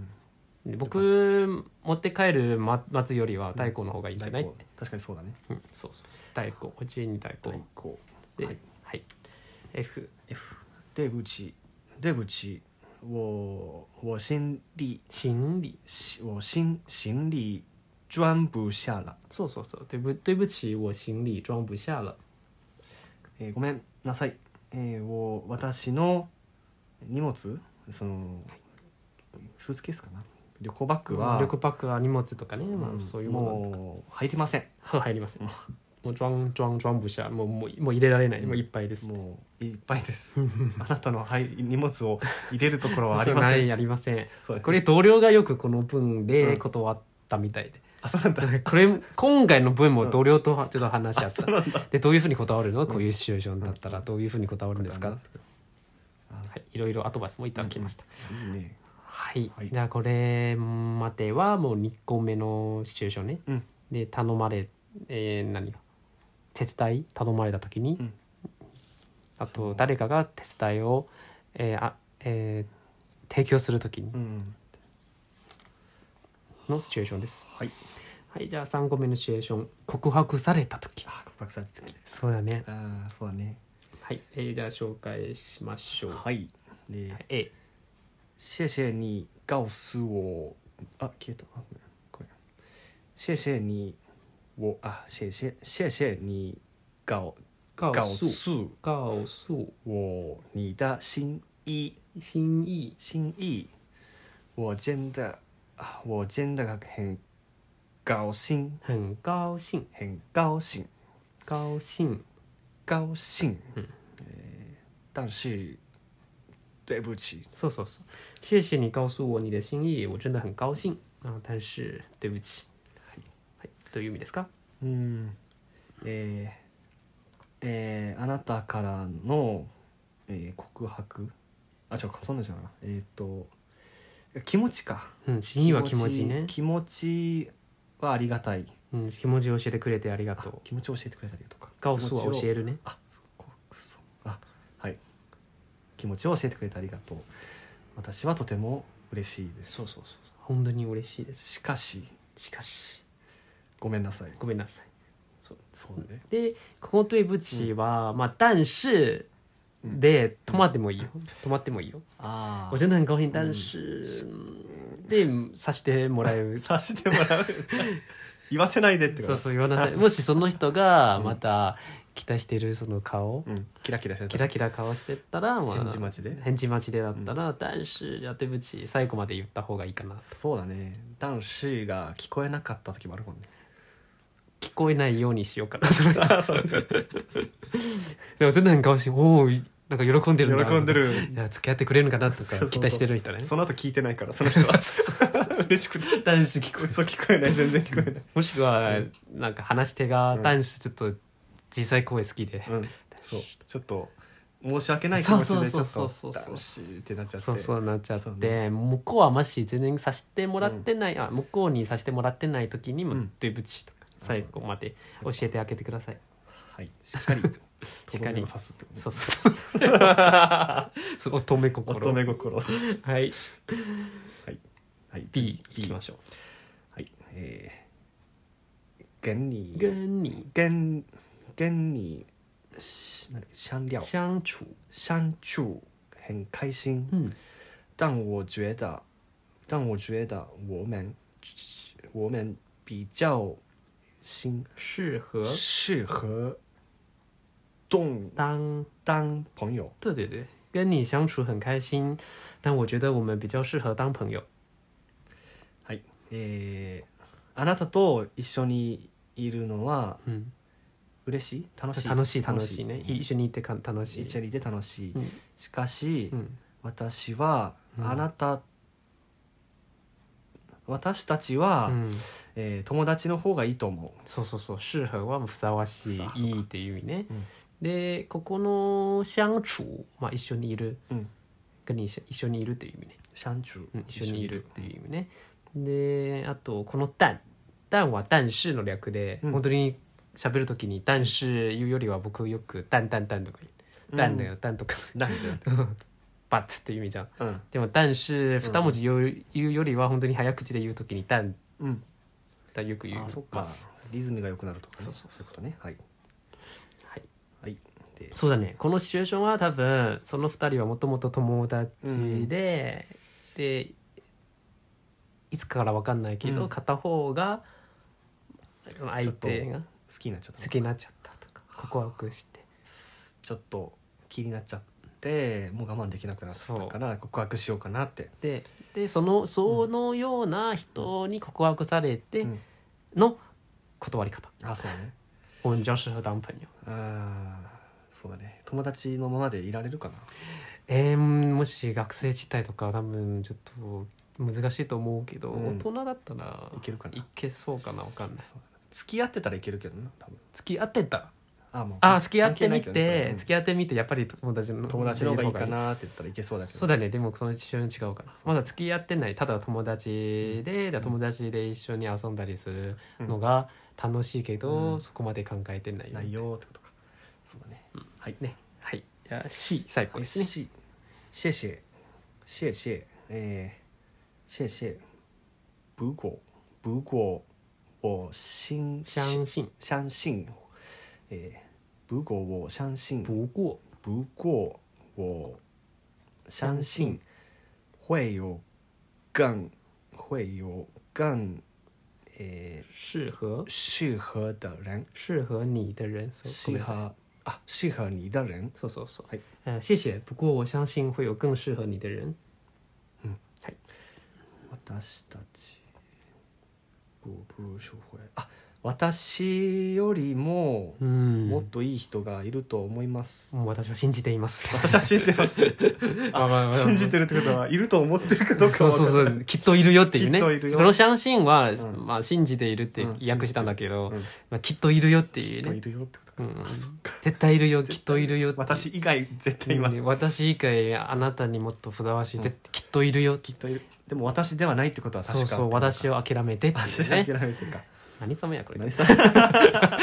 Speaker 2: うん
Speaker 1: 僕持って帰るま待つよりは太鼓の方がいいんじゃない、
Speaker 2: 大根確かにそうだね
Speaker 1: うんそうそう太鼓こっちに太
Speaker 2: 大
Speaker 1: 鼓で
Speaker 2: 根
Speaker 1: は
Speaker 2: はいい、
Speaker 1: F
Speaker 2: 对不起对不起我我心里
Speaker 1: 心理
Speaker 2: 我心行李装不下了
Speaker 1: そうそうそう对不对不起我行李装不下了
Speaker 2: えーごめんなさい、えー、我私の荷物そのスーツケースかな旅行バッグは
Speaker 1: 旅行パックは荷物とかね、ま
Speaker 2: うん
Speaker 1: あ、そういうもの
Speaker 2: もう入ってません
Speaker 1: は 入りますもう装装装不下もうもうもう入れられない、
Speaker 2: うん
Speaker 1: もういっぱいです
Speaker 2: もういっぱいです あなたのはい荷物を入れるところはありま
Speaker 1: な
Speaker 2: せ
Speaker 1: い
Speaker 2: ん
Speaker 1: ありません
Speaker 2: そう
Speaker 1: これ同僚がよくこの分
Speaker 2: う
Speaker 1: で
Speaker 2: ん
Speaker 1: 断ったみたいで、
Speaker 2: あそうなんだ
Speaker 1: これ今回の分も同僚とはちょっと話し合った、
Speaker 2: そうなんだ
Speaker 1: でどういうふうに断るのこういうシチュエーションだったらどういうふうに断るんですか、はい、いろいろアドバイスもいただきました、
Speaker 2: いいね
Speaker 1: はい、
Speaker 2: はい
Speaker 1: じゃあこれまではもう2個目のシチュエーションね
Speaker 2: うん
Speaker 1: で頼まれ、えー何手伝い頼まれた時に、
Speaker 2: うん
Speaker 1: あ
Speaker 2: そ
Speaker 1: と
Speaker 2: う
Speaker 1: 誰かが手伝いを、えーあえー提供する時に
Speaker 2: うん
Speaker 1: のシチュエーションです、
Speaker 2: はい
Speaker 1: はいじゃあ3個目のシチュエーション告白された時
Speaker 2: あ告白されてる
Speaker 1: そうだね
Speaker 2: あーそうだね
Speaker 1: はい、えーじゃあ紹介しましょう、
Speaker 2: はいで
Speaker 1: A
Speaker 2: 谢谢你告诉我あ消えたあこれ谢谢你我あ谢谢谢谢你告
Speaker 1: 告
Speaker 2: 告
Speaker 1: 诉
Speaker 2: 诉
Speaker 1: 告诉
Speaker 2: 我你的心意
Speaker 1: 心意
Speaker 2: 心意我真的啊我真的很高兴
Speaker 1: 很高兴
Speaker 2: 很高兴
Speaker 1: 高兴
Speaker 2: 高兴えー但是对不起
Speaker 1: そうそうそう谢谢你告诉我你的心意我真的很高兴啊但是对不起はいどういう意味ですか
Speaker 2: うんえーえーあなたからの、えー告白あ違うそんなんじゃないなえーっと気持ちか
Speaker 1: うん心意は気持ちね
Speaker 2: 気持ちはありがたい
Speaker 1: うん気持ちを教えてくれてありがとう
Speaker 2: 気持ちを教えてくれたりとか
Speaker 1: 告诉は教え
Speaker 2: る
Speaker 1: るね
Speaker 2: あそこくそあはい気持ちを教えてくれてありがとう私はとても嬉しいです
Speaker 1: そうそうそうそう本当に嬉しいです
Speaker 2: しかし
Speaker 1: しかし
Speaker 2: ごめんなさい
Speaker 1: ごめんなさい
Speaker 2: そうだね
Speaker 1: でこの对不起はまあ但是で止まってもいいよ止まってもいいよ
Speaker 2: あ
Speaker 1: 我真的很高兴但是でさしてもらう
Speaker 2: 察しても らう言わせないでって こと
Speaker 1: そうそう言わなさい もしその人がまた期待してるその顔、
Speaker 2: うん、キラキラしてた
Speaker 1: キラキラ顔してたら、まあ、
Speaker 2: 返事待ちで
Speaker 1: 返事待ちでだったら、男子じゃあ手口最後まで言った方がいいかな
Speaker 2: そうだね男子が聞こえなかった時もあるもん ね
Speaker 1: 聞こえないようにしようかなそれ
Speaker 2: あそうだね
Speaker 1: でも全然顔して「おおなんか喜んでるんだ
Speaker 2: 喜んでる
Speaker 1: いや付き合ってくれるのかなと
Speaker 2: そう
Speaker 1: か
Speaker 2: そうそう
Speaker 1: 期待してるみたいなね
Speaker 2: その後聞いてないから その人は嬉しくて
Speaker 1: 男子聞こ
Speaker 2: そう聞こえない全然聞こえない、
Speaker 1: もしくはなんか話し手が
Speaker 2: うん
Speaker 1: 男子ちょっと小さい声好きで、
Speaker 2: うん、そうちょっと申し訳ない気持ちでちょっ
Speaker 1: そう
Speaker 2: と
Speaker 1: そうそうそうそう
Speaker 2: 男子ってなっちゃって
Speaker 1: そうそうなっちゃっ
Speaker 2: そう
Speaker 1: て、向こうはもし全然させてもらってない、あ向こうにさせてもらってない時にも「
Speaker 2: うん
Speaker 1: デブチ」とか
Speaker 2: あ
Speaker 1: 最後まで教えてあげてください
Speaker 2: はいしっかり
Speaker 1: し
Speaker 2: し
Speaker 1: っ
Speaker 2: っ
Speaker 1: か
Speaker 2: か
Speaker 1: り
Speaker 2: り刺すってこと
Speaker 1: そうそうそう乙女心
Speaker 2: 乙女心は
Speaker 1: はい
Speaker 2: い、はい、
Speaker 1: B い
Speaker 2: 次
Speaker 1: きましょ
Speaker 2: はいえー、ゲン
Speaker 1: う
Speaker 2: ニ
Speaker 1: 跟
Speaker 2: ー
Speaker 1: 你
Speaker 2: ゲンゲンニーしなんだっけシャンリャオ
Speaker 1: 相处
Speaker 2: シャンチュー很开心
Speaker 1: うん
Speaker 2: 但我觉得，但我觉得我们我们比较新
Speaker 1: 适合
Speaker 2: 适合动
Speaker 1: 当
Speaker 2: 当朋友。
Speaker 1: 对对对跟你相处很开心但我觉得我们比较适合当朋友
Speaker 2: はい。えー、あなたと一緒にいるのは
Speaker 1: うん
Speaker 2: 嬉しい楽しい
Speaker 1: 楽しい楽しいね
Speaker 2: い
Speaker 1: 一緒にいてか楽しい
Speaker 2: 一緒にいて楽しい。
Speaker 1: うん
Speaker 2: しかし、
Speaker 1: うん
Speaker 2: 私は
Speaker 1: うん
Speaker 2: あなた、私たちは、
Speaker 1: うん
Speaker 2: えー友達の方がいいと思
Speaker 1: そうそうそう适合はふさわし
Speaker 2: ふ
Speaker 1: い
Speaker 2: さわ
Speaker 1: いいっていう意味ね、
Speaker 2: うん
Speaker 1: でここの相处まあ一緒にいる、
Speaker 2: うん
Speaker 1: 跟你一緒にいるっていう意味ね、
Speaker 2: う。シャンチュー、
Speaker 1: うん、一緒にいるっていう意味ねであとこの「但」「但」は「但是」の略で、
Speaker 2: うん
Speaker 1: 本当に喋る時に「但是」言うよりは僕よく「但但但」とか言う「但」だよ「但」とか
Speaker 2: なんで
Speaker 1: 「バッ」っていう意味じゃん
Speaker 2: うん。
Speaker 1: でも「但是」二文字言う,、言うよりは本当に早口で言う時に「但
Speaker 2: うん。」
Speaker 1: とよく言い
Speaker 2: あ
Speaker 1: ます
Speaker 2: そっかリズムが良くなるとか、ね、
Speaker 1: そうそうそう
Speaker 2: いことねはい
Speaker 1: はい
Speaker 2: はいで
Speaker 1: そうだねこのシチュエーションは多分その2人はもともと友達で、でいつからわかんないけど、
Speaker 2: うん
Speaker 1: 片方が相手が
Speaker 2: 好きになっちゃった
Speaker 1: 好きになっちゃったとか告白して
Speaker 2: ちょっと気になっちゃってもう我慢できなくなったから告白しようかなって、
Speaker 1: ででそのそのような人に告白されて
Speaker 2: うん
Speaker 1: の断り方
Speaker 2: あそうね
Speaker 1: 「我比较适合当朋友
Speaker 2: あーそうだね友達のままでいられるかな」
Speaker 1: えー、もし学生時代とか多分ちょっと難しいと思うけど、
Speaker 2: うん
Speaker 1: 大人だったら
Speaker 2: いけるかない
Speaker 1: けそうかなわかんない
Speaker 2: そうだね付き合ってたらいけるけどな多分
Speaker 1: 付き合ってた
Speaker 2: あーもう
Speaker 1: あ付き合ってみ
Speaker 2: 関係ないけど
Speaker 1: て
Speaker 2: ね
Speaker 1: 付き合ってみてやっぱり友達の
Speaker 2: 友達の方がいいかなって言ったらいけそうだけど
Speaker 1: そうだねでもその一緒に違うからまだ付き合ってないただ友達でで友達で一緒に遊んだりするのが楽しいけど、
Speaker 2: うん
Speaker 1: そこまで考えてない
Speaker 2: ないよってことかそうだね、はい
Speaker 1: ねはいじゃあ C 最後ですね
Speaker 2: シェシェシェシェえーシェシェ如果如果我信
Speaker 1: 相信
Speaker 2: 相信えー如果我相信
Speaker 1: 不过
Speaker 2: 如果我相信会有更会有更え
Speaker 1: 适合
Speaker 2: ー适合的人
Speaker 1: 适合你的人そうご
Speaker 2: 适
Speaker 1: めんなさい
Speaker 2: 合あ适合你的人
Speaker 1: そうそうそう
Speaker 2: はい
Speaker 1: 嗯谢谢不过我相信会有更适合你的人
Speaker 2: 私たちご文章これあ私よりも
Speaker 1: うん
Speaker 2: もっといい人がいると思います、
Speaker 1: もう私は信じています
Speaker 2: 私は信じてます
Speaker 1: まあまあまあ
Speaker 2: 信じてるってことはいると思ってるかどうか
Speaker 1: そ
Speaker 2: は
Speaker 1: う
Speaker 2: 分かん
Speaker 1: そ
Speaker 2: な
Speaker 1: う
Speaker 2: い
Speaker 1: そうきっといるよっていうね
Speaker 2: きっといるよ
Speaker 1: この「相信は」
Speaker 2: うん
Speaker 1: まあ、信じているって訳したんだけど、
Speaker 2: うん
Speaker 1: まあ、きっといるよってい
Speaker 2: きっ
Speaker 1: う
Speaker 2: とい
Speaker 1: ね
Speaker 2: るよってこと
Speaker 1: う
Speaker 2: か、
Speaker 1: ん
Speaker 2: あそっか
Speaker 1: 絶対いるよきっといるよって
Speaker 2: 私以外絶対います、
Speaker 1: うん私以外あなたにもっとふざわしい、
Speaker 2: うん
Speaker 1: できっといるよ
Speaker 2: きっといるでも私ではないってことは確
Speaker 1: そ
Speaker 2: か
Speaker 1: うそう私
Speaker 2: は
Speaker 1: を諦めてってい
Speaker 2: 私
Speaker 1: う
Speaker 2: は
Speaker 1: ね
Speaker 2: 諦めてるか
Speaker 1: 何様やこれ
Speaker 2: 何さ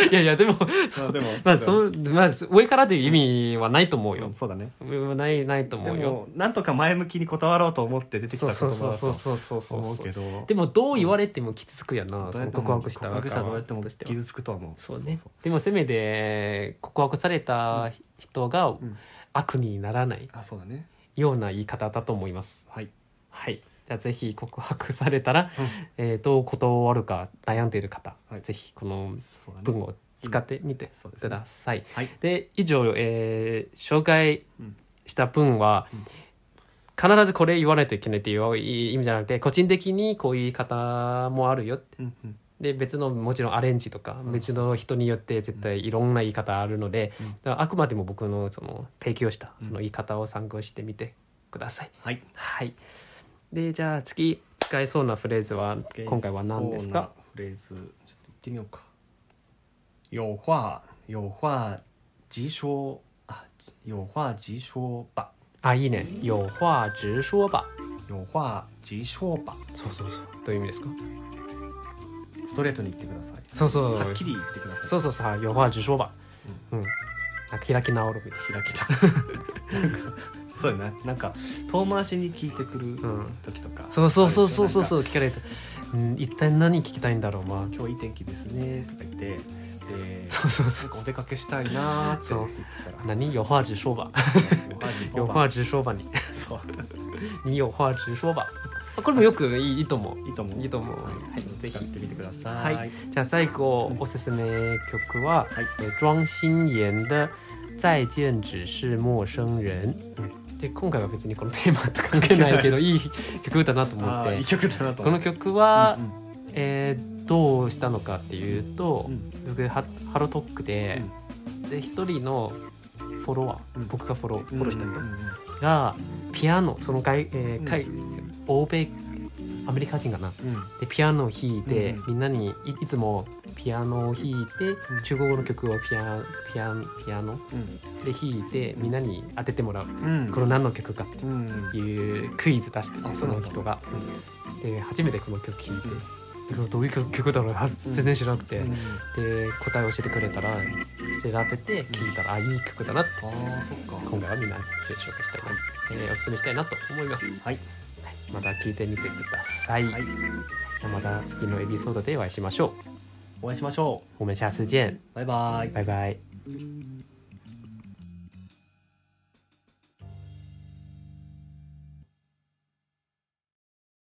Speaker 1: いやいやでも
Speaker 2: あでも
Speaker 1: まあ
Speaker 2: そ う
Speaker 1: そのまあ上からという意味はないと思う
Speaker 2: だね
Speaker 1: よ
Speaker 2: うん、そうだね
Speaker 1: うんないないと
Speaker 2: で
Speaker 1: 思うよ
Speaker 2: もなんとか前向きに断ろうと思って出てきた
Speaker 1: そう
Speaker 2: 言葉
Speaker 1: そうそう
Speaker 2: だ
Speaker 1: そう
Speaker 2: と
Speaker 1: そうそうそう
Speaker 2: 思うけど
Speaker 1: でもどう言われても傷つくやな、
Speaker 2: どう
Speaker 1: そ
Speaker 2: や
Speaker 1: の
Speaker 2: っても
Speaker 1: 告白した
Speaker 2: 告白したらどうやっても
Speaker 1: としては
Speaker 2: 傷つくとは思う
Speaker 1: そうねでもせめて告白された人が
Speaker 2: ん
Speaker 1: 悪にならない
Speaker 2: あそうだね
Speaker 1: ような言い方だと思います、
Speaker 2: はい
Speaker 1: はいじゃあぜひ告白されたら、
Speaker 2: うん
Speaker 1: えーどう断るか悩んでいる方、
Speaker 2: はい
Speaker 1: ぜひこの
Speaker 2: そうだね
Speaker 1: 文を使ってみて
Speaker 2: そうです
Speaker 1: く
Speaker 2: ね
Speaker 1: ださい、
Speaker 2: はい
Speaker 1: で以上、えー紹介した文は、
Speaker 2: ん
Speaker 1: 必ずこれ言わないといけないっていう意味じゃなくて個人的にこういう言い方もあるよって
Speaker 2: うんうん
Speaker 1: で別のもちろんアレンジとか別の人によって絶対いろんな言い方あるので、
Speaker 2: うん
Speaker 1: だからあくまでも僕のその提供したその言い方を参考してみてください。
Speaker 2: はい
Speaker 1: はい、でじゃあ次使えそうなフレーズは今回は何ですか
Speaker 2: そうなフレーズちょっと言ってみようか有話有話直说あ有話直说吧
Speaker 1: あいいね「有話直说吧
Speaker 2: 有話直说吧」
Speaker 1: そうそうそうどういう意味ですか
Speaker 2: ストレートに言ってください
Speaker 1: そうそう
Speaker 2: はっきり言ってください
Speaker 1: そうそうそう「有話直说吧」うん、なんか開き直るみたい
Speaker 2: 開けたそうだねなんか遠回しに聞いてくる
Speaker 1: ん
Speaker 2: 時とか、
Speaker 1: なそうそうそうそうそう
Speaker 2: う
Speaker 1: そう聞かれて、うん、一体何聞きたいんだろうまあ
Speaker 2: 今日いい天気ですねとか言ってで
Speaker 1: そうそうそう
Speaker 2: なんかお出かけしたいなーって
Speaker 1: そ
Speaker 2: 言
Speaker 1: う
Speaker 2: ってたら
Speaker 1: 何有话直说吧有
Speaker 2: お
Speaker 1: 话
Speaker 2: はじ
Speaker 1: 直说吧你
Speaker 2: そう
Speaker 1: 你有话直说吧あ これもよくいいいいと思う
Speaker 2: いいと思う
Speaker 1: いいと思う
Speaker 2: はい、ぜひ行ってみてくださ
Speaker 1: はいいじゃあ最後おすすめ曲は、
Speaker 2: はい
Speaker 1: えー庄心妍的「再见只是陌生人」うんで今回は別にこのテーマと関係ない けどいい曲だなと思
Speaker 2: あ
Speaker 1: っ
Speaker 2: ーいい
Speaker 1: て
Speaker 2: 曲だなと
Speaker 1: この
Speaker 2: 曲
Speaker 1: 曲は、えーどうしたのかっていうと、
Speaker 2: うん
Speaker 1: 僕ハハロトックで、で一人のフォロワー、
Speaker 2: うん
Speaker 1: 僕がフォローフォローした人
Speaker 2: う
Speaker 1: がピアノその外、えー
Speaker 2: うん
Speaker 1: 海欧米アメリカ人かなん
Speaker 2: うん
Speaker 1: でピアノを弾いて、
Speaker 2: うん
Speaker 1: みんなにいいつもピアノを弾いて、
Speaker 2: ん
Speaker 1: 中国語の曲をピアピアピアノで弾いてみんなに当ててもらう、
Speaker 2: うんうん
Speaker 1: これ何の曲かって
Speaker 2: うん
Speaker 1: いうクイズ出して
Speaker 2: あ
Speaker 1: その人が、で初めてこの曲聴いて、どういう曲曲だろうは
Speaker 2: うん
Speaker 1: 全然知らなくて、
Speaker 2: うん
Speaker 1: で答えを教えてくれたら調べて聴いたら、あいい曲だなって
Speaker 2: あーそっか
Speaker 1: 今回はみんなに紹介したいな、えーおすすめしたいなと思います、
Speaker 2: はい
Speaker 1: はいまた聴いてみてください、
Speaker 2: はい
Speaker 1: また次のエピソードでお会いしましょう
Speaker 2: お会いしましょ
Speaker 1: 我们下次见，
Speaker 2: うバイバイ
Speaker 1: 拜拜。
Speaker 2: 「